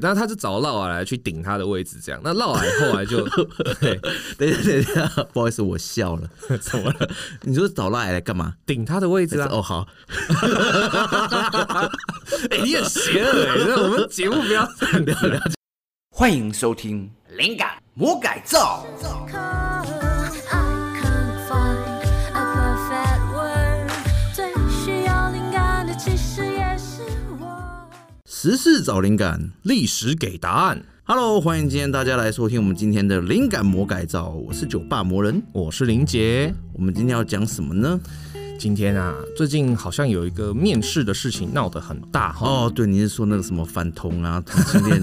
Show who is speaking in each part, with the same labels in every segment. Speaker 1: 然后他就找嫪毐来去顶他的位置，这样。那嫪毐后来 就对
Speaker 2: 等一下，等一下， 不好意思，我笑了。
Speaker 1: 怎么了？
Speaker 2: 你说找赖来干嘛？
Speaker 1: 顶他的位置啊？
Speaker 2: 哦，好，
Speaker 1: 哎、你很邪恶哎！那我们节目不要这样聊聊。
Speaker 3: 欢迎收听《灵感魔改造》。
Speaker 4: I can't find a perfect word，最需要灵感的其实也是我。
Speaker 2: 时事找灵感。
Speaker 1: 历史给答案，
Speaker 2: Hello，欢迎今天大家来收听我们今天的灵感魔改造，我是酒吧魔人。
Speaker 1: 我是林杰。
Speaker 2: 我们今天要讲什么呢？
Speaker 1: 今天啊，最近好像有一个面试的事情闹得很大哈。
Speaker 2: 哦，对，你是说那个什么反同啊，同性恋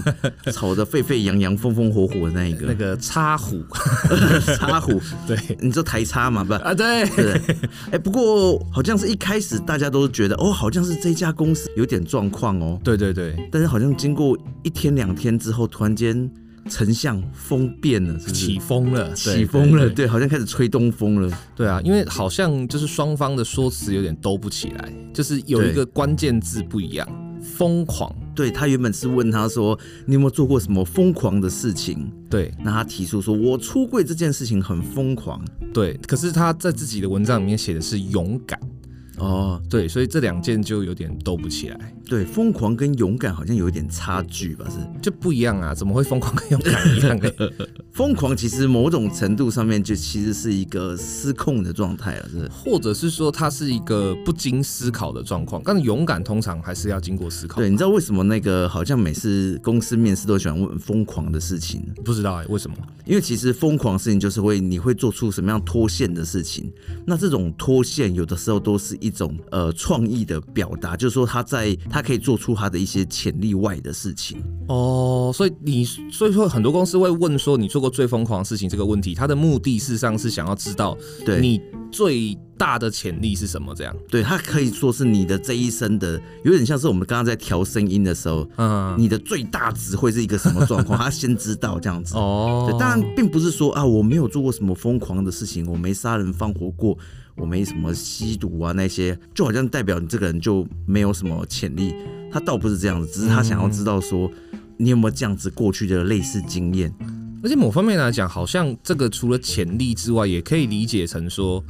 Speaker 2: 吵得沸沸扬扬、风风火火的那一个
Speaker 1: 那个插 虎，
Speaker 2: 插虎？
Speaker 1: 对
Speaker 2: 你知道台插嘛？不是。
Speaker 1: 啊，对，
Speaker 2: 对，哎，不过好像是一开始大家都觉得哦，好像是这家公司有点状况哦，
Speaker 1: 对对对，
Speaker 2: 但是好像经过一天两天之后，突然间成像风变了，是不
Speaker 1: 起
Speaker 2: 是？
Speaker 1: 风了，对
Speaker 2: 起风了，
Speaker 1: 对
Speaker 2: 对，好像开始吹东风了。
Speaker 1: 对啊，因为好像就是双方的说辞有点兜不起来，就是有一个关键字不一样，疯狂。
Speaker 2: 对他原本是问他说：“你有没有做过什么疯狂的事情
Speaker 1: 对？”
Speaker 2: 那他提出说：“我出柜这件事情很疯狂。
Speaker 1: 对，可是他在自己的文章里面写的是勇敢，”
Speaker 2: 哦，
Speaker 1: 对，所以这两件就有点兜不起来，
Speaker 2: 对，疯狂跟勇敢好像有一点差距吧？是
Speaker 1: 就不一样啊，怎么会疯狂跟勇敢一样呢？
Speaker 2: 疯狂，其实某种程度上面就其实是一个失控的状态了，是不是
Speaker 1: 或者是说它是一个不经思考的状况，但是勇敢通常还是要经过思考。
Speaker 2: 对，你知道为什么那个好像每次公司面试都喜欢问疯狂的事情？
Speaker 1: 不知道哎、为什么？
Speaker 2: 因为其实疯狂的事情就是会你会做出什么样脱线的事情，那这种脱线有的时候都是一种呃创意的表达，就是说他在他可以做出他的一些潜力外的事情。
Speaker 1: 哦，所以你所以说很多公司会问说你做过最疯狂的事情这个问题，它的目的事实上是想要知道
Speaker 2: 对
Speaker 1: 你最大的潜力是什么这样。
Speaker 2: 对，他可以说是你的这一生的，有点像是我们刚刚在调声音的时候，
Speaker 1: 嗯，
Speaker 2: 你的最大值会是一个什么状 况，他先知道这样子。
Speaker 1: 哦
Speaker 2: 对，当然并不是说啊，我没有做过什么疯狂的事情，我没杀人放火过，我没什么吸毒啊那些，就好像代表你这个人就没有什么潜力。他倒不是这样子，只是他想要知道说，你有没有这样子过去的类似经验？
Speaker 1: 而且某方面来讲，好像这个除了潜力之外，也可以理解成说，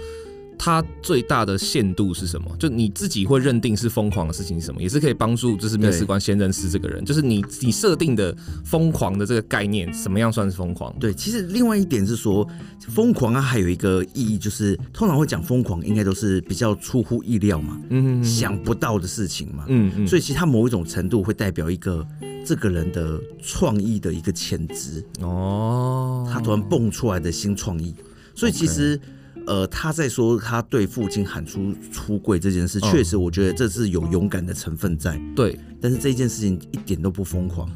Speaker 1: 它最大的限度是什么？就你自己会认定是疯狂的事情是什么，也是可以帮助就是面试官先认识这个人，就是你你设定的疯狂的这个概念，什么样算是疯狂？
Speaker 2: 对，其实另外一点是说，疯狂啊，还有一个意义就是，通常会讲疯狂，应该都是比较出乎意料嘛，
Speaker 1: 嗯嗯
Speaker 2: 想不到的事情嘛。
Speaker 1: 嗯嗯，
Speaker 2: 所以其实它某一种程度会代表一个这个人的创意的一个潜质。
Speaker 1: 嗯哦，
Speaker 2: 他突然蹦出来的新创意。所以其实呃，他在说他对父亲喊出出柜这件事，
Speaker 1: 嗯
Speaker 2: 确、实我觉得这是有勇敢的成分在。
Speaker 1: 对，
Speaker 2: 但是这件事情一点都不疯狂，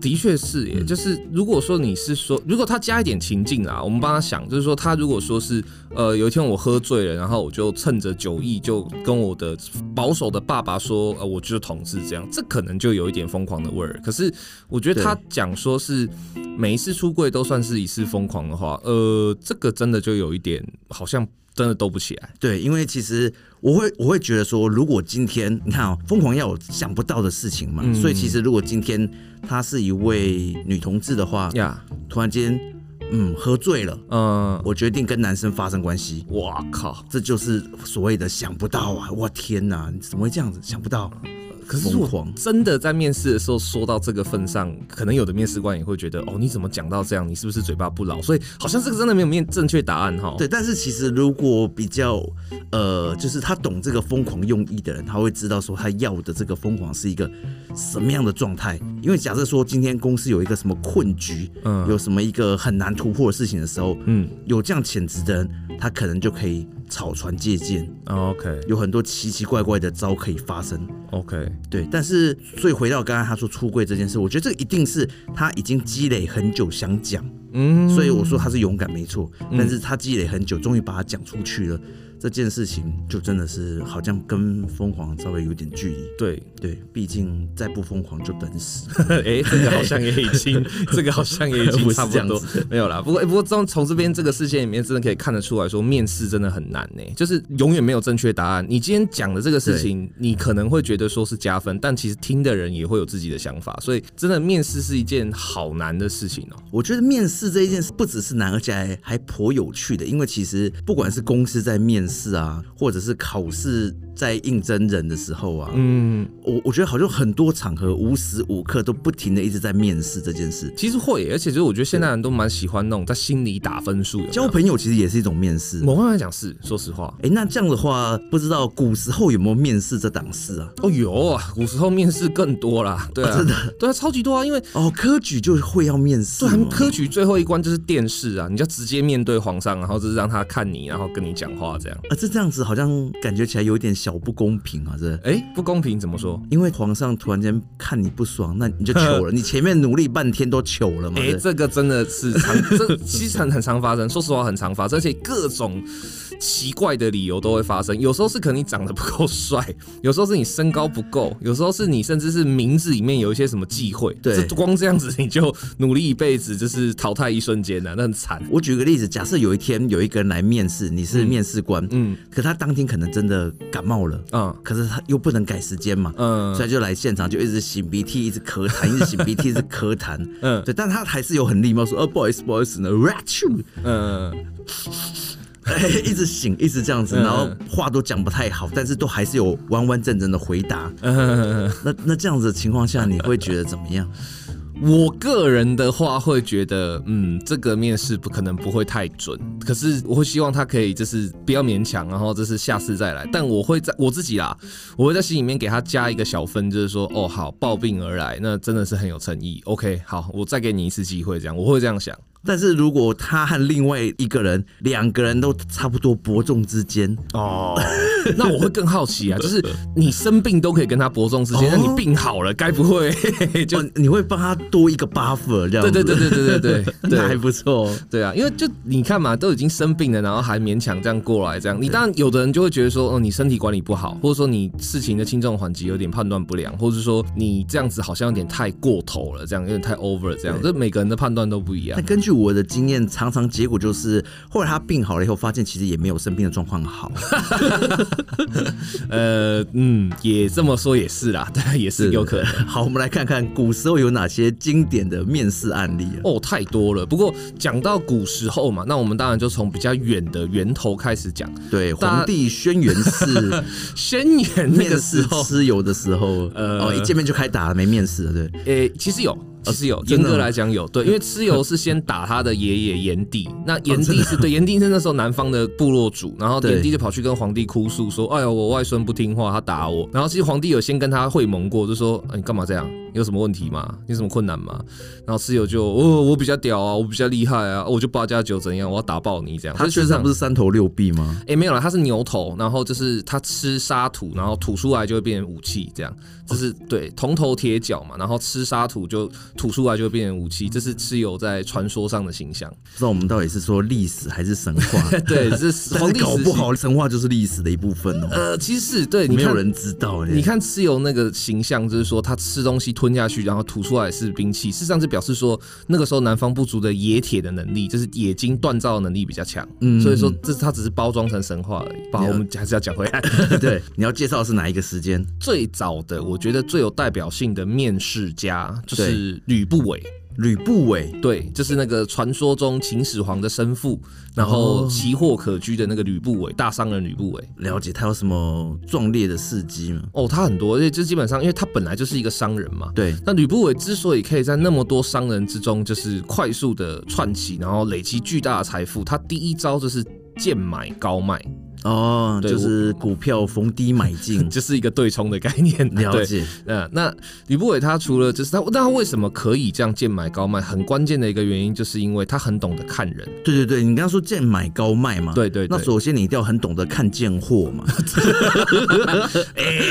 Speaker 1: 的确是耶，就是如果说你是说，如果他加一点情境啊，我们帮他想，就是说他如果说是，呃，有一天我喝醉了，然后我就趁着酒意就跟我的保守的爸爸说，呃，我就是同志这样，这可能就有一点疯狂的味儿。可是我觉得他
Speaker 2: 对
Speaker 1: 讲说是每一次出柜都算是一次疯狂的话，呃，这个真的就有一点好像真的兜不起来。
Speaker 2: 对，因为其实我会我会觉得说，如果今天你看哦，疯狂要有想不到的事情嘛，
Speaker 1: 嗯
Speaker 2: 所以其实如果今天她是一位女同志的话，
Speaker 1: 呀，
Speaker 2: 突然间嗯喝醉了，
Speaker 1: 嗯、
Speaker 2: 我决定跟男生发生关系，
Speaker 1: 哇靠！
Speaker 2: 这就是所谓的想不到啊！我天哪，你怎么会这样子？想不到，
Speaker 1: 可是
Speaker 2: 疯
Speaker 1: 我
Speaker 2: 狂
Speaker 1: 真的在面试的时候说到这个份上，可能有的面试官也会觉得，哦，你怎么讲到这样？你是不是嘴巴不牢？所以好像这个真的没有面正确答案哈。
Speaker 2: 对，，但是其实如果比较呃，就是他懂这个疯狂用意的人，他会知道说他要的这个疯狂是一个什么样的状态。因为假设说今天公司有一个什么困局，
Speaker 1: 嗯
Speaker 2: 有什么一个很难突破的事情的时候，
Speaker 1: 嗯
Speaker 2: 有这样潜质的人，他可能就可以草船借箭，
Speaker 1: ，OK
Speaker 2: 有很多奇奇怪怪的招可以发生。
Speaker 1: OK，
Speaker 2: 对，但是所以回到刚刚他说出柜这件事，我觉得这一定是他已经积累很久想讲。
Speaker 1: 嗯，
Speaker 2: 所以我说他是勇敢没错，但是他积累很久，终于把它讲出去了，这件事情就真的是好像跟疯狂稍微有点距离。
Speaker 1: 对，
Speaker 2: 对，毕竟再不疯狂就等死。
Speaker 1: 哎、这个好像也已 经，这个好像也已经
Speaker 2: 不是
Speaker 1: 差
Speaker 2: 这
Speaker 1: 不
Speaker 2: 样
Speaker 1: 多
Speaker 2: 子
Speaker 1: 没有啦。不过，哎不过从从这边这个事件里面，真的可以看得出来说，面试真的很难呢、就是永远没有正确答案。你今天讲的这个事情，你可能会觉得说是加分，但其实听的人也会有自己的想法，所以真的面试是一件好难的事情哦、
Speaker 2: 我觉得面试这一件事不只是难，而且还还颇有趣的，因为其实不管是公司在面试啊，或者是考试在应征人的时候啊，
Speaker 1: 嗯，
Speaker 2: 我我觉得好像很多场合无时无刻都不停的一直在面试这件事。
Speaker 1: 其实会、而且就是我觉得现在人都蛮喜欢那种在心里打分数的。
Speaker 2: 交朋友其实也是一种面试。
Speaker 1: 某方面来讲是，说实话，
Speaker 2: 哎，那这样的话，不知道古时候有没有面试这档事啊？
Speaker 1: 哦有啊，古时候面试更多啦，对啊，真的，对啊，超级多啊，因为
Speaker 2: 哦，科举就会要面试哦
Speaker 1: 对
Speaker 2: 吗，
Speaker 1: 啊，科举最后一关就是殿试啊，你就直接面对皇上，然后就是让他看你，然后跟你讲话这样。
Speaker 2: 啊，这这样子好像感觉起来有点小不公平啊，这。
Speaker 1: 哎、不公平怎么说？
Speaker 2: 因为皇上突然间看你不爽，那你就糗了。你前面努力半天都糗了嘛？
Speaker 1: 哎、
Speaker 2: 对
Speaker 1: 这个真的是常， 这其实很很常发生。说实话，很常发生，而且各种奇怪的理由都会发生。有时候是可能你长得不够帅， 有时候是你身高不够，有时候是你甚至是名字里面有一些什么忌讳。
Speaker 2: 对
Speaker 1: 这光这样子你就努力一辈子，就是淘汰一瞬间的、那很惨。
Speaker 2: 我举个例子，假设有一天有一个人来面试，你是面试官，
Speaker 1: 嗯
Speaker 2: 可他当天可能真的感冒了，
Speaker 1: 嗯
Speaker 2: 可是他又不能改时间嘛，
Speaker 1: 嗯
Speaker 2: 所以他就来现场就一直擤鼻涕，一直咳痰，一直擤鼻涕，一直咳痰。
Speaker 1: 嗯
Speaker 2: 对，但他还是有很礼貌说，哦，不好意思，不好意思呢，ratchu，
Speaker 1: 嗯，
Speaker 2: 一直擤，一直这样子，
Speaker 1: 嗯
Speaker 2: 然后话都讲不太好，但是都还是有完完整整的回答。
Speaker 1: 嗯
Speaker 2: 那那这样子的情况下，你会觉得怎么样？
Speaker 1: 我个人的话会觉得，嗯，这个面试不可能不会太准，可是我会希望他可以就是不要勉强，然后就是下次再来。但我会在我自己啦，我会在心里面给他加一个小分，就是说，哦，好，抱病而来，那真的是很有诚意。OK，好，我再给你一次机会，这样我会这样想。
Speaker 2: 但是如果他和另外一个人，两个人都差不多伯仲之间，
Speaker 1: 哦， 那我会更好奇啊，就是你生病都可以跟他伯仲之间，那你病好了，该不会 就
Speaker 2: 就、哦你会帮他多一个 buffer 这
Speaker 1: 对
Speaker 2: 样
Speaker 1: 对
Speaker 2: 子。
Speaker 1: 对对对对对对，
Speaker 2: 那还不错。
Speaker 1: 对啊，因为就你看嘛，都已经生病了，然后还勉强这样过来，这样你当然有的人就会觉得说，哦，你身体管理不好，或者说你事情的轻重缓急有点判断不良，或者是说你这样子好像有点太过头了，这样有点太 over 了，这样，这每个人的判断都不一样
Speaker 2: 但。根据我的经验，常常结果就是后来他病好了以后，发现其实也没有生病的状 况好。
Speaker 1: 呃，嗯，也这么说也是啦，对，也是有可能。
Speaker 2: 好，我们来看看古时候有哪些经典的面试案例啊。
Speaker 1: 哦，太多了。不过讲到古时候嘛，那我们当然就从比较远的源头开始讲。
Speaker 2: 对，
Speaker 1: 大
Speaker 2: 皇帝轩辕氏
Speaker 1: 轩辕 那
Speaker 2: 面
Speaker 1: 个时
Speaker 2: 试
Speaker 1: 候，
Speaker 2: 蚩尤的时候，
Speaker 1: 呃
Speaker 2: 哦，一见面就开打了，没面试了，对。
Speaker 1: 诶、其实有，其实有，
Speaker 2: 哦真
Speaker 1: 严
Speaker 2: 的
Speaker 1: 格
Speaker 2: 吗
Speaker 1: 来讲有， 对，因为蚩尤是先打他的爷爷炎帝，
Speaker 2: 哦
Speaker 1: 那炎帝是、对，炎帝是那时候南方的部落主，然后
Speaker 2: 对
Speaker 1: 炎帝就跑去跟皇帝哭诉说，哎呦，我外孙不听话，他打我，然后其实皇帝有先跟他会盟过，就说，啊、你干嘛这样？有什么问题吗？有什么困难吗？然后蚩尤就，哦，我比较屌啊，我比较厉害啊，我就八加九怎样，我要打爆你这样。
Speaker 2: 他
Speaker 1: 身
Speaker 2: 身上
Speaker 1: 上
Speaker 2: 不是三头六臂吗？
Speaker 1: 哎、没有了，它是牛头，然后就是它吃沙土，然后吐出来就会变成武器，这样，这
Speaker 2: 哦
Speaker 1: 是对铜头铁脚嘛，然后吃沙土就吐出来就会变成武器，这是蚩尤在传说上的形象。
Speaker 2: 不知道我们到底是说历史还是神话？
Speaker 1: 对，这是
Speaker 2: 但
Speaker 1: 皇
Speaker 2: 是
Speaker 1: 帝
Speaker 2: 搞
Speaker 1: 时
Speaker 2: 不
Speaker 1: 期，
Speaker 2: 好神话就是历史的一部分哦，
Speaker 1: 呃，其实是对，你
Speaker 2: 没
Speaker 1: 看
Speaker 2: 有人知道哎。
Speaker 1: 你看蚩尤那个形象，就是说他吃东西吞下去，然后吐出来是兵器，事实上是表示说那个时候南方部族的冶铁的能力，就是冶金锻造的能力比较强，
Speaker 2: 嗯
Speaker 1: 所以说这是他只是包装成神话而已。把
Speaker 2: 了
Speaker 1: 我们还是要讲回 来。
Speaker 2: 对，你要介绍的是哪一个时间？
Speaker 1: 最早的，
Speaker 2: 哦
Speaker 1: 我觉得最有代表性的面试家就是吕不韦，
Speaker 2: 吕不韦，
Speaker 1: 对，就是那个传说中秦始皇的生父，然后
Speaker 2: 哦
Speaker 1: 奇货可居的那个吕不韦，大商人吕不韦。
Speaker 2: 了解他有什么壮烈的事迹吗？
Speaker 1: 哦，他很多，而且就基本上，因为他本来就是一个商人嘛。
Speaker 2: 对，
Speaker 1: 那吕不韦之所以可以在那么多商人之中，就是快速的串起，然后累积巨大的财富，他第一招就是贱买高卖，
Speaker 2: 哦，
Speaker 1: 对，
Speaker 2: 就是股票逢低买 进
Speaker 1: 就是一个对冲的概念。
Speaker 2: 了
Speaker 1: 对
Speaker 2: 解。
Speaker 1: 嗯，那吕不韦他除了就是他，那他为什么可以这样贱买高卖？很关键的一个原因，就是因为他很懂得看人。
Speaker 2: 对对对，你刚刚说贱买高卖嘛，
Speaker 1: 对对对
Speaker 2: 那首先你一定要很懂得看贱货 嘛。哎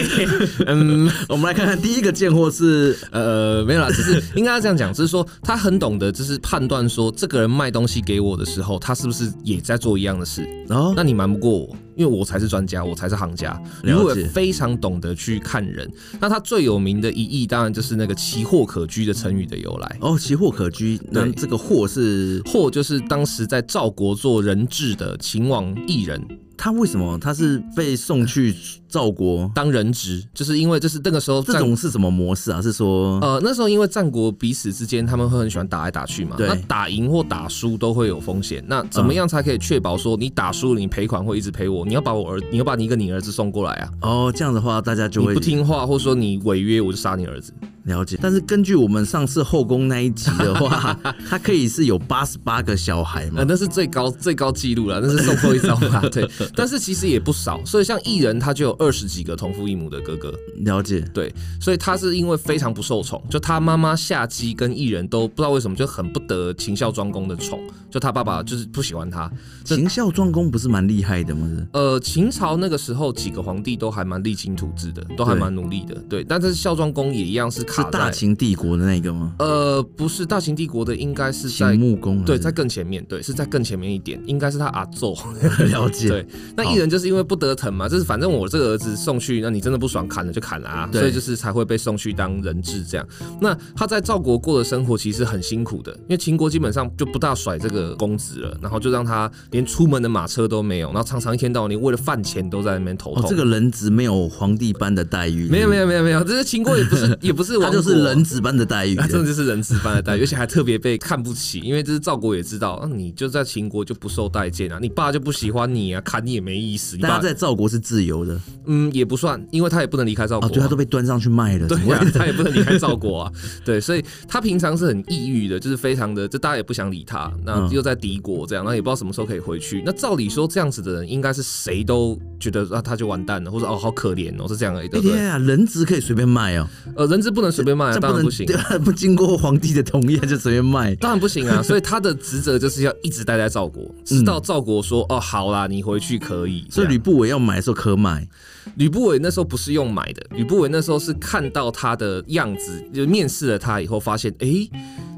Speaker 1: 嗯，
Speaker 2: 我们来看看第一个贱货是
Speaker 1: 呃，没有啦，就是应该这样讲，就是说他很懂得，就是判断说这个人卖东西给我的时候，他是不是也在做一样的事？
Speaker 2: 哦
Speaker 1: 那你瞒不过我，因为我才是专家，我才是行家。
Speaker 2: 了解
Speaker 1: 吕伟非常懂得去看人。那他最有名的一役，当然就是那个“奇货可居”的成语的由来。
Speaker 2: 哦，奇货可居，那
Speaker 1: 对
Speaker 2: 这个货是
Speaker 1: 货就是当时在赵国做人质的秦王异人
Speaker 2: 他为什么他是被送去赵国？
Speaker 1: 当人质，就是因为这是那个时候
Speaker 2: 这
Speaker 1: 战
Speaker 2: 种是什么模式啊？是说
Speaker 1: 呃，那时候因为战国彼此之间他们会很喜欢打来打去嘛，
Speaker 2: 对
Speaker 1: 那打赢或打输都会有风险。那怎么样才可以确保说你打输了你赔款会一直赔我？你要把我儿，你要把你跟你儿子送过来啊！
Speaker 2: 哦，这样的话大家就
Speaker 1: 你
Speaker 2: 会
Speaker 1: 不听话，或者说你违约，我就杀你儿子。
Speaker 2: 了解。但是根据我们上次后宫那一集的 话，他可以是有八十八个小孩
Speaker 1: 呃
Speaker 2: 嘛，？
Speaker 1: 那是最高最高纪录了，啊那是送过一遭吧？对，但是其实也不少。所以像艺人，他就有二十几个同父异母的哥哥，
Speaker 2: 了解。
Speaker 1: 对，所以他是因为非常不受宠，就他妈妈夏姬跟艺人都不知道为什么就很不得秦孝庄公的宠，就他爸爸就是不喜欢他，这
Speaker 2: 秦孝庄公不是蛮厉害的吗？是
Speaker 1: 呃，秦朝那个时候几个皇帝都还蛮励精图治的，都还
Speaker 2: 对
Speaker 1: 蛮努力的，对。但是孝庄公也一样是卡
Speaker 2: 是
Speaker 1: 在
Speaker 2: 大秦帝国的那个吗？
Speaker 1: 呃，不是大秦帝国的，应该是
Speaker 2: 秦
Speaker 1: 在
Speaker 2: 穆公啊还
Speaker 1: 对，
Speaker 2: 是
Speaker 1: 在更前面，对，是在更前面一点，应该是他阿奏。
Speaker 2: 了解
Speaker 1: 对，那艺人就是因为不得逞嘛，就是反正我这个儿子送去，那你真的不爽砍了就砍了啊，
Speaker 2: 对
Speaker 1: 所以就是才会被送去当人质这样。那他在赵国过的生活其实很辛苦的，因为秦国基本上就不大甩这个公子了，然后就让他连出门的马车都没有，然后常常一天到晚连为了饭钱都在那边头痛。
Speaker 2: 哦，这个人质没有皇帝般的待遇，
Speaker 1: 没有没有没有没有，这是秦国也不 是也不是
Speaker 2: 他
Speaker 1: 王国，
Speaker 2: 就是人质啊般的待 遇
Speaker 1: 他真的就
Speaker 2: 的。
Speaker 1: 是人质般的待遇，而且还特别被看不起，因为这是赵国也知道，啊、你就在秦国就不受待见啊，你爸就不喜欢你啊，砍你也没意思。你
Speaker 2: 但他
Speaker 1: 爸
Speaker 2: 在赵国是自由的
Speaker 1: 嗯也不算，因为他也不能离开赵国、啊
Speaker 2: 哦，对他都被端上去卖了，怎
Speaker 1: 对
Speaker 2: 么
Speaker 1: 啊
Speaker 2: 会，
Speaker 1: 他也不能离开赵国啊，对，所以他平常是很抑郁的，就是非常的，就大家也不想理他，那
Speaker 2: 嗯
Speaker 1: 又在敌国这样，那也不知道什么时候可以回去。那照理说，这样子的人应该是谁都觉得啊，他就完蛋了，或者哦好可怜哦，是这样而已，对
Speaker 2: 哎
Speaker 1: 不对？
Speaker 2: 天啊，人质可以随便卖哦，
Speaker 1: 呃，人质不能随便卖啊，
Speaker 2: 这
Speaker 1: 当然
Speaker 2: 能
Speaker 1: 不行。
Speaker 2: 对 啊不经过皇帝的同意他就随便卖。
Speaker 1: 当然不行啊， 所以他的职责就是要一直待在赵国，直到赵国说、哦好啦，你回去可以。
Speaker 2: 嗯所
Speaker 1: 这
Speaker 2: 以吕
Speaker 1: 样
Speaker 2: 不韦要买的时候可买，
Speaker 1: 吕不韦那时候不是用买的，吕不韦那时候是看到他的样子，就面试了他以后，发现诶，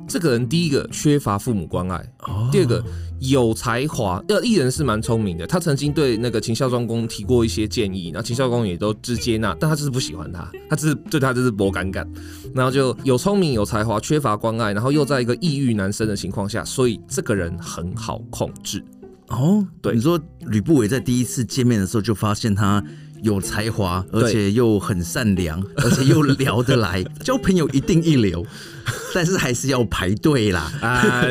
Speaker 1: 这个人第一个缺乏父母关爱，第二个有才华。呃，艺人是蛮聪明的，他曾经对那个秦孝庄公提过一些建议，然后秦孝公也都只接纳，但他就是不喜欢他，他只是对他就是不感感。然后就有聪明有才华，缺乏关爱，然后又在一个抑郁难伸的情况下，所以这个人很好控制。
Speaker 2: 哦，
Speaker 1: 对
Speaker 2: 你说吕不韦在第一次见面的时候就发现他有才华，而且又很善 良，而且又聊得来， 交朋友一定一流， 但是还是要排队 啦。
Speaker 1: 啊，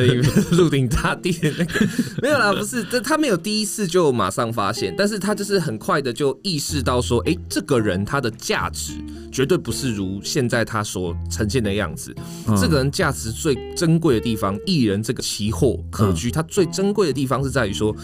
Speaker 1: 鹿鼎大帝的那个 没有啦，不是，这他没有第一次就马上发现，但是他就是很快的就意识到说，诶，这个人他的价值绝对不是如现在他所呈现的样子。这个人价值最珍贵的地方，艺人这个奇货可居，他最珍贵的地方是在于说，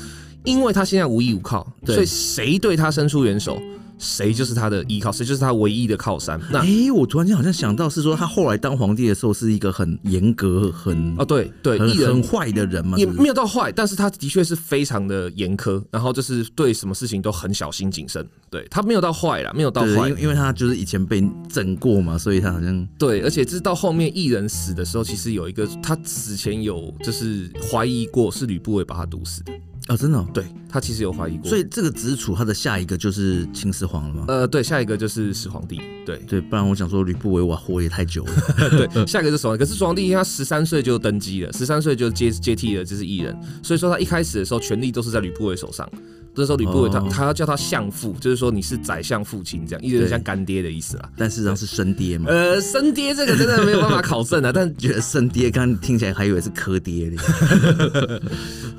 Speaker 1: 因为他现在无依无靠，
Speaker 2: 对
Speaker 1: 所以谁对他伸出援手，谁就是他的依靠，谁就是他唯一的靠山。那
Speaker 2: 诶，我突然间好像想到是说，他后来当皇帝的时候是一个很严格、很
Speaker 1: 哦，对对，
Speaker 2: 很
Speaker 1: 艺人
Speaker 2: 很坏的人嘛，
Speaker 1: 也
Speaker 2: 是不
Speaker 1: 没
Speaker 2: 是
Speaker 1: 有到坏，但是他的确是非常的严苛，然后就是对什么事情都很小心谨慎。对他没有到坏啦，没有到
Speaker 2: 对，
Speaker 1: 坏
Speaker 2: 因为，因为他就是以前被整过嘛，所以他好像
Speaker 1: 对，而且这是到后面艺人死的时候，其实有一个他死前有就是怀疑过是吕不韦把他毒死的，
Speaker 2: 哦，真的哦、
Speaker 1: 对他其实有怀疑过。
Speaker 2: 所以这个子楚他的下一个就是秦始皇了嘛。
Speaker 1: 呃，对，下一个就是始皇帝，对
Speaker 2: 对，不然我想说吕不韦哇活也太久了，嗯
Speaker 1: 对，下一个是始皇帝。可是始皇帝因为他十三岁就登基了，十三岁就接接替了就是艺人，所以说他一开始的时候权力都是在吕不韦手上。这时候吕不韦他、
Speaker 2: 哦
Speaker 1: 他要叫他相父，就是说你是宰相父亲这样，艺人
Speaker 2: 对
Speaker 1: 像干爹的意思啦。
Speaker 2: 但事实上是生爹嘛。
Speaker 1: 呃，生爹这个真的没有办法考证啊，但
Speaker 2: 觉得生爹，刚刚听起来还以为是磕爹 嘞。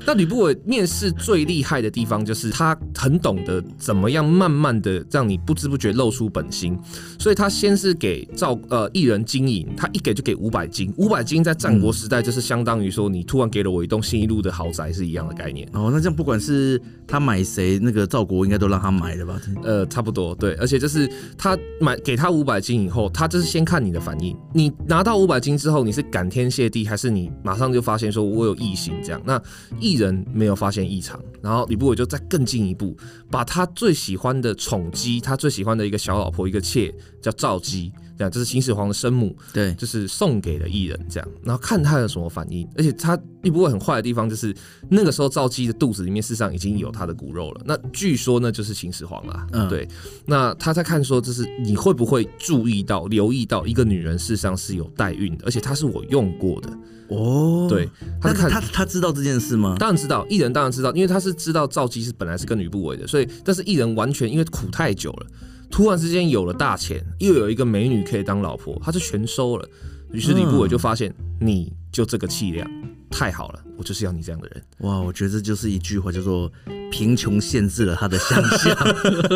Speaker 1: 但吕不韦面试最厉害的地方就是他很懂得怎么样慢慢的让你不知不觉露出本心，所以他先是给赵呃艺人金银，他一给就给五百金，五百金在战国时代就是相当于说你突然给了我一栋新一路的豪宅是一样的概念。
Speaker 2: 哦，那这样不管是他买谁，那个赵国应该都让他买了吧？
Speaker 1: 呃，差不多对，而且就是他买给他五百金以后，他就是先看你的反应。你拿到五百金之后，你是感天谢地，还是你马上就发现说我有异形这样？那艺人没有发现异常，然后吕不韦就再更进一步，把他最喜欢的宠姬，他最喜欢的一个小老婆一个妾叫赵姬，这样这是秦始皇的生母，
Speaker 2: 对，
Speaker 1: 就是送给了艺人这样，然后看他有什么反应。而且他一不会很坏的地方就是，那个时候赵姬的肚子里面事实上已经有他的骨肉了。那据说呢，就是秦始皇啦。
Speaker 2: 嗯
Speaker 1: 对，那他在看说，就是你会不会注意到、留意到一个女人事实上是有代孕的，而且她是我用过的。
Speaker 2: 哦，
Speaker 1: 对，，他
Speaker 2: 那
Speaker 1: 在看
Speaker 2: 他他知道这件事吗？
Speaker 1: 当然知道，艺人当然知道，因为他是知道赵姬是本来是跟吕不韦的，所以但是艺人完全因为苦太久了，突然之间有了大钱，又有一个美女可以当老婆，他就全收了。于是吕不韦就发现，你就这个气量，太好了，我就是要你这样的人。
Speaker 2: 哇，我觉得这就是一句话叫做“贫穷限制了他的想象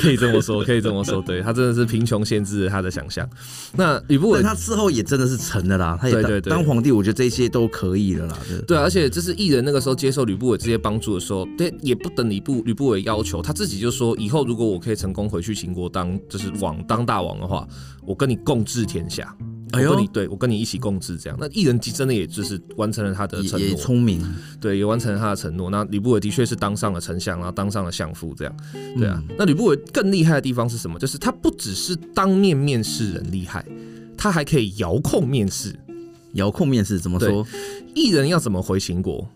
Speaker 1: 可以这么说，可以这么说，对他真的是贫穷限制了他的想象。那吕”，不韦
Speaker 2: 但他之后也真的是成了啦，他也
Speaker 1: 对
Speaker 2: 当
Speaker 1: 对对
Speaker 2: 当皇帝，我觉得这些都可以了啦。对
Speaker 1: 对啊，而且这是艺人那个时候接受吕不韦这些帮助的时候，对，也不等吕不吕不韦要求，他自己就说，以后如果我可以成功回去秦国当就是王当大王的话，我跟你共治天下。我
Speaker 2: 哎呦
Speaker 1: 跟你对我跟你一起共治这样，那艺人真的也就是完成了他的承
Speaker 2: 也也
Speaker 1: 诺，
Speaker 2: 聪明，
Speaker 1: 对，也完成了他的承诺。那吕不韦的确是当上了丞相，然后当上了相夫这样，
Speaker 2: 嗯
Speaker 1: 对啊。那吕不韦更厉害的地方是什么？就是他不只是当面面试人厉害，他还可以遥控面试。
Speaker 2: 遥控面试怎么说？
Speaker 1: 艺人要怎么回秦国？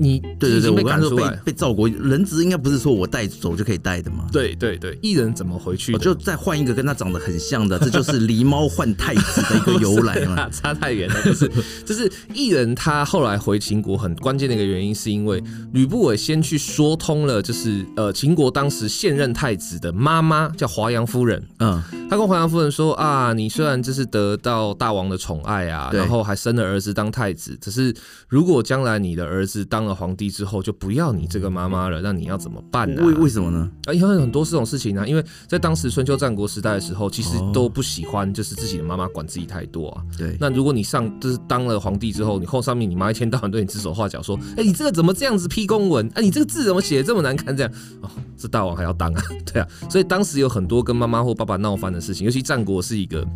Speaker 1: 你
Speaker 2: 对
Speaker 1: 已
Speaker 2: 对对，
Speaker 1: 经
Speaker 2: 我
Speaker 1: 被
Speaker 2: 刚
Speaker 1: 赶
Speaker 2: 才说
Speaker 1: 出
Speaker 2: 被
Speaker 1: 来。
Speaker 2: 被赵国人质，应该不是说我带走就可以带的嘛。
Speaker 1: 对对对，艺人怎么回去的？
Speaker 2: 哦我就再换一个跟他长得很像的，这就是狸猫换太子的一个由来嘛。
Speaker 1: 啊 差太远了，就是 就是艺人他后来回秦国很关键的一个原因，是因为吕不韦先去说通了，就是呃秦国当时现任太子的妈妈叫华阳夫人，
Speaker 2: 嗯，
Speaker 1: 他跟华阳夫人说啊，你虽然就是得到大王的宠爱啊，
Speaker 2: 对
Speaker 1: 然后还生了儿子当太子，只是如果将来你的儿子当了皇帝之后，就不要你这个妈妈了，那你要怎么办呢、
Speaker 2: 为为什么呢？
Speaker 1: 啊，因为很多这种事情啊呢、因为在当时春秋战国时代的时候，其实都不喜欢就是自己的妈妈管自己太多啊。
Speaker 2: 对，
Speaker 1: 那如果你上就是当了皇帝之后，你后上面你妈一天到晚对你指手画脚，说，哎、你这个怎么这样子批公文？哎、你这个字怎么写得这么难看？这样哦，这大王还要当啊？ 对啊，所以当时有很多跟妈妈或爸爸闹翻的事情，尤其战国是一个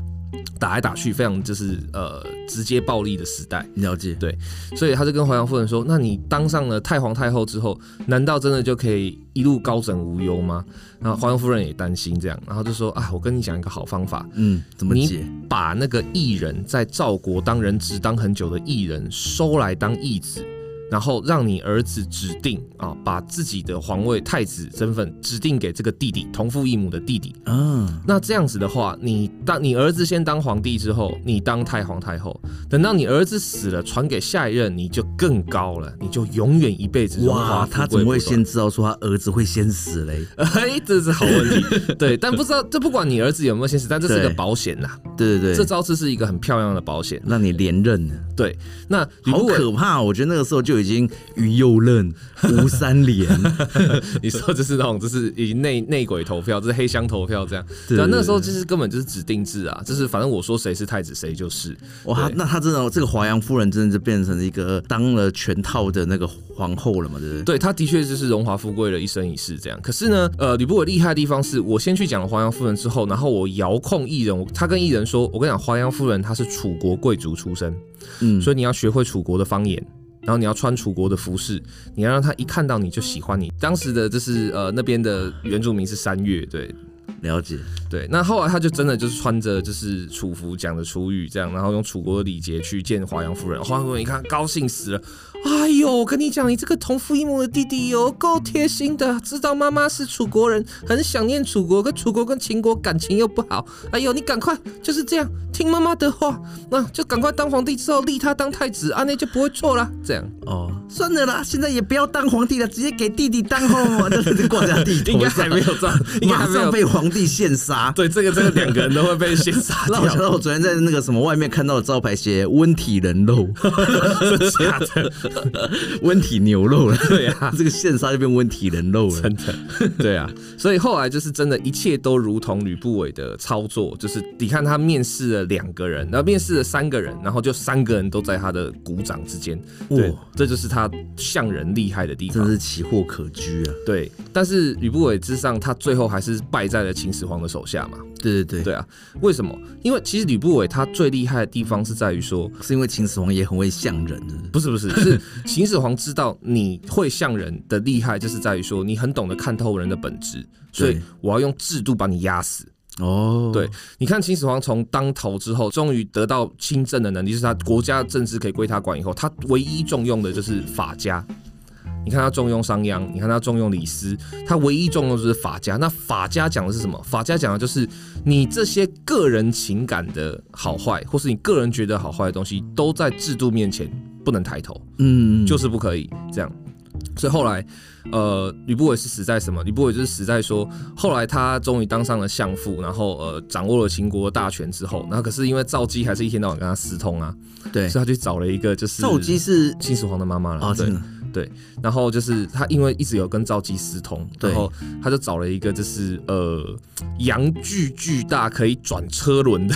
Speaker 1: 打来打去非常就是呃直接暴力的时代。
Speaker 2: 了解。
Speaker 1: 对，所以他就跟怀阳夫人说：“那你当上了太皇太后之后，难道真的就可以一路高枕无忧吗？”然后怀阳夫人也担心这样，然后就说：“啊，我跟你讲一个好方法，
Speaker 2: 嗯，怎么
Speaker 1: 你
Speaker 2: 解？
Speaker 1: 把那个艺人在赵国当人质当很久的艺人收来当义子。”然后让你儿子指定啊，把自己的皇位太子身份指定给这个弟弟，同父异母的弟弟。
Speaker 2: 啊，
Speaker 1: 那这样子的话，你当你儿子先当皇帝之后，你当太皇太后，等到你儿子死了，传给下一任，你就更高了，你就永远一辈子荣华
Speaker 2: 哇，
Speaker 1: 富
Speaker 2: 他怎
Speaker 1: 贵
Speaker 2: 么会
Speaker 1: 不断
Speaker 2: 先？知道说他儿子会先死嘞？
Speaker 1: 哎，这是好问题。对，但不知道这 不管你儿子有没有先死，但这是一个
Speaker 2: 对
Speaker 1: 保险呐、
Speaker 2: 对对
Speaker 1: 这
Speaker 2: 对，
Speaker 1: 招式是一个很漂亮的保险。
Speaker 2: 让你连任了。
Speaker 1: 对，那吕
Speaker 2: 好
Speaker 1: 不韦，
Speaker 2: 可怕！我觉得那个时候就已经于右任、吴三 连，
Speaker 1: 你说就是那种就是以内内鬼投票，就是黑箱投票这样。
Speaker 2: 对
Speaker 1: 啊
Speaker 2: 对
Speaker 1: 那时候
Speaker 2: 对
Speaker 1: 就是根本就是指定制啊，就是反正我说谁是太子谁就是。
Speaker 2: 哇，
Speaker 1: 对
Speaker 2: 那他真的这个华阳夫人真的就变成一个当了全套的那个皇后了嘛，对不对？
Speaker 1: 对，他的确就是荣华富贵的一生一世这样。可是呢，呃，吕不韦厉害的地方是我先去讲了华阳夫人之后，然后我遥控艺人，我他跟艺人说，我跟你讲，华阳夫人她是楚国贵族出身，
Speaker 2: 嗯，
Speaker 1: 所以你要学会楚国的方言。然后你要穿楚国的服饰，你要让他一看到你就喜欢你。当时的就是呃那边的原住民是三月，对
Speaker 2: 了解。
Speaker 1: 对。那后来他就真的就是穿着就是楚服，讲着楚语这样，然后用楚国的礼节去见华阳夫人。华阳夫人一看高兴死了，哎呦，我跟你讲，你这个同父异母的弟弟有够贴心的，知道妈妈是楚国人，很想念楚国，跟楚国跟秦国感情又不好。哎呦，你赶快就是这样听妈妈的话，那、就赶快当皇帝之后立他当太子，啊，那就不会错啦。这样
Speaker 2: 哦，算了啦，现在也不要当皇帝了，直接给弟弟当后嘛，对对对，挂在弟弟
Speaker 1: 应
Speaker 2: 头
Speaker 1: 该
Speaker 2: 上
Speaker 1: 还，没有这样，应该还
Speaker 2: 马
Speaker 1: 没
Speaker 2: 上
Speaker 1: 有。
Speaker 2: 被皇帝现 杀。
Speaker 1: 对，这个这个两个人都会被先杀
Speaker 2: 让我想
Speaker 1: 掉，
Speaker 2: 到我昨天在那个什么外面看到的招牌写“温体人 肉”，
Speaker 1: 吓的，
Speaker 2: 温体牛肉了。
Speaker 1: 对啊。
Speaker 2: 这个现杀就变温体人肉了。
Speaker 1: 真的， 对啊，所以后来就是真的，一切都如同吕不韦的操作，就是你看他面试了两个人，然后面试了三个人，然后就三个人都在他的鼓掌之间，对
Speaker 2: 哇，
Speaker 1: 这就是他向人厉害的地
Speaker 2: 真
Speaker 1: 方。
Speaker 2: 是奇货可居啊！
Speaker 1: 对，但是吕不韦之上，他最后还是败在了秦始皇的手下嘛。
Speaker 2: 对对对，
Speaker 1: 对啊，为什么？因为其实吕不韦他最厉害的地方是在于说，
Speaker 2: 是因为秦始皇也很会相人是不是
Speaker 1: 不是不 是，是秦始皇知道你会向人的厉害，就是在于说你很懂得看透人的本质，所以
Speaker 2: 对
Speaker 1: 我要用制度把你压死。
Speaker 2: 哦，
Speaker 1: 对，你看秦始皇从当头之后，终于得到亲政的能力，就是他国家政治可以归他管以后，他唯一重用的就是法家。你看他重用商鞅，你看他重用李斯，他唯一重用的就是法家。那法家讲的是什么？法家讲的就是你这些个人情感的好坏，或是你个人觉得好坏的东西，都在制度面前不能抬头。
Speaker 2: 嗯，
Speaker 1: 就是不可以这样。所以后来，呃，吕不韦是死在什么？吕不韦就是死在说，后来他终于当上了相父，然后呃，掌握了秦国的大权之后，然后可是因为赵姬还是一天到晚跟他私通啊，
Speaker 2: 对
Speaker 1: 所以他去找了一个就是
Speaker 2: 赵姬是
Speaker 1: 秦始皇的妈妈了，
Speaker 2: 啊，
Speaker 1: 对
Speaker 2: 真的，
Speaker 1: 对。然后就是他因为一直有跟赵姬私通，
Speaker 2: 对
Speaker 1: 然后他就找了一个就是呃阳具巨大可以转车轮的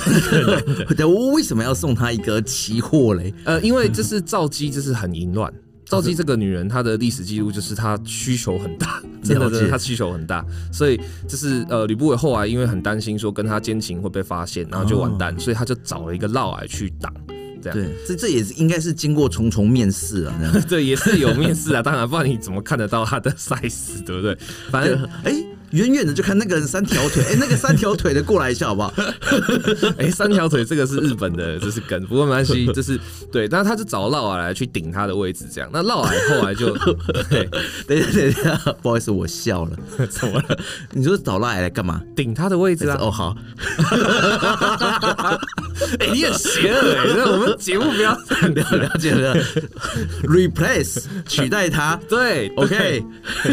Speaker 2: 对，我为什么要送他一个奇货嘞？
Speaker 1: 呃，因为就是赵姬，就是很淫乱。赵姬这个女人，她的历史记录就是她需求很 大，真的，
Speaker 2: 了解
Speaker 1: 真的，她需求很大，所以就是呃，吕不韦后来因为很担心说跟她奸情会被发现，然后就完蛋，所以他就找了一个嫪毐去挡，这样
Speaker 2: 哦 对，这这也是应该是经过重重面试啊，这样。
Speaker 1: 对，也是有面试啊，当然，不然你怎么看得到她的 size，对不 对？反正
Speaker 2: 哎、远远的就看那个人三条 腿，哎、那个三条腿的过来一下好不好？
Speaker 1: 哎、三条腿这个是日本的，这是梗，不过没关系， 就是对，但是他就找嫪毐来去顶她的位置，这样，那嫪毐后来就 对
Speaker 2: 等一下，等一下，不好意思，我笑了。
Speaker 1: 怎么了？
Speaker 2: 你说找赖来干嘛？
Speaker 1: 顶她的位置啊，
Speaker 2: 哦，好，
Speaker 1: 哎、 你很邪恶哎、那我们节目不要这样 聊
Speaker 2: 了解了。Replace 取代他
Speaker 1: 对
Speaker 2: ，OK，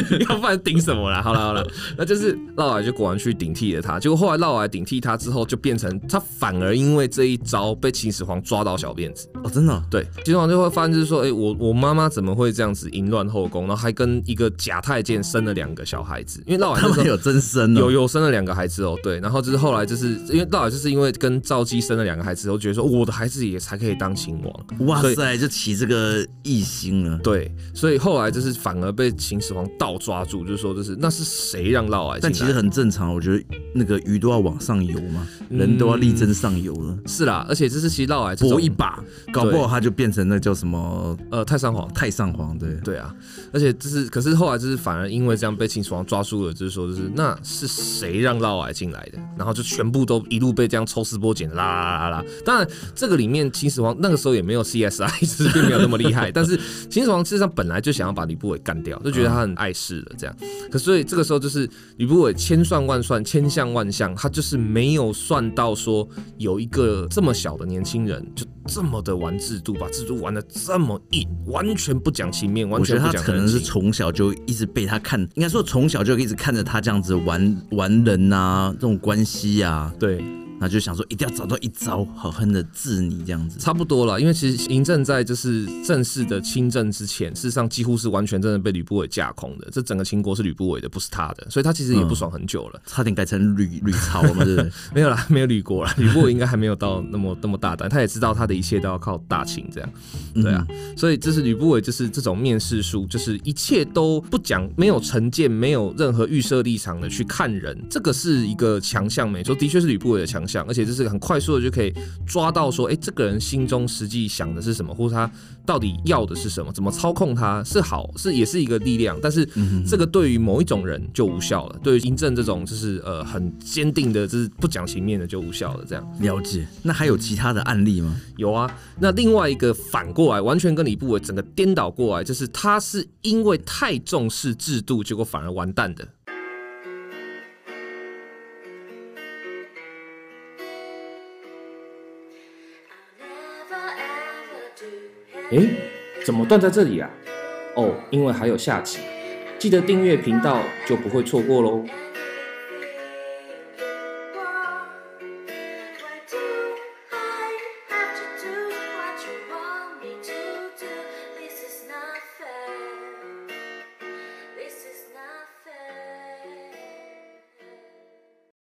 Speaker 1: 对 要不然顶什么啦？好了好了，那就是嫪毐就果然去顶替了他，结果后来嫪毐顶替他之后，就变成他反而因为这一招被秦始皇抓到小辫子。
Speaker 2: 哦，真的哦、
Speaker 1: 对，秦始皇就会发现就是说，哎、我我妈妈怎么会这样子淫乱后宫，然后还跟一个假太监生了两个小孩子，因为嫪毐那
Speaker 2: 他
Speaker 1: 时
Speaker 2: 们
Speaker 1: 候
Speaker 2: 有真身哦，
Speaker 1: 有有生了两个孩子哦，对，然后就是后来就是因为嫪毐就是因为跟赵姬生了两个孩子，我觉得说哦我的孩子也才可以当秦王，
Speaker 2: 哇
Speaker 1: 所以
Speaker 2: 塞，就起这个异心了。
Speaker 1: 对，所以后来就是反而被秦始皇倒抓住，就是说，就是那是谁让嫪毐进来？
Speaker 2: 但其实很正常，我觉得那个鱼都要往上游嘛，
Speaker 1: 嗯
Speaker 2: 人都要力争上游了，
Speaker 1: 是啦，而且这是其实嫪毐这
Speaker 2: 搏
Speaker 1: 种
Speaker 2: 一把，搞不好他就变成那叫什么
Speaker 1: 呃太上皇。
Speaker 2: 太上皇，对，
Speaker 1: 对啊，而且就是，可是后来就是反而因为这样被秦始皇抓住了，就是说，就是那是谁让嫪毐进来的？然后就全部都一路被这样抽丝剥茧，啦啦啦啦啦。当然，这个里面秦始皇那个时候也没有 CSI，就是并没有那么厉害。 但是秦始皇事实上本来就想要把吕不韦干掉，就觉得他很碍事了这样。可所以这个时候就是吕不韦千算万算，千项万项，他就是没有算到说有一个这么小的年轻人就这么的玩制度，把制度玩的这么硬，完全不讲情面，完
Speaker 2: 我觉
Speaker 1: 全
Speaker 2: 得
Speaker 1: 不
Speaker 2: 他
Speaker 1: 讲
Speaker 2: 可能
Speaker 1: 人
Speaker 2: 是
Speaker 1: 情。
Speaker 2: 从小就一直被他看，应该说从小就一直看着他这样子玩玩人啊，这种关系啊，
Speaker 1: 对，
Speaker 2: 然后就想说一定要找到一招好狠的治你这样子。
Speaker 1: 差不多了，因为其实嬴政在就是正式的亲政之前，事实上几乎是完全真的被吕不韦架空的，这整个秦国是吕不韦的，不是他的，所以他其实也不爽很久了。
Speaker 2: 差点改成吕吕曹了嘛，对 不对？
Speaker 1: 没有啦，没有吕过啦，吕不韦应该还没有到那么那么大胆，他也知道他的一切都要靠大秦这样，对
Speaker 2: 嗯
Speaker 1: 啊，所以就是吕不韦就是这种面试术，就是一切都不讲，没有成见，没有任何预设立场的去看人，这个是一个强项，没错，的确是吕不韦的强项，而且就是很快速的就可以抓到说，哎，这个人心中实际想的是什么，或者他到底要的是什么，怎么操控他是好，是也是一个力量，但是这个对于某一种人就无效了，对于嬴政这种就是呃很坚定的，就是不讲情面的就无效了，这样。
Speaker 2: 了解。那还有其他的案例吗？
Speaker 1: 有啊，那另外一个反过来，完全跟吕不韦整个颠倒过来，就是他是因为太重视制度，结果反而完蛋的。诶，怎么断在这里啊？哦，因为还有下集，记得订阅频道就不会错过喽。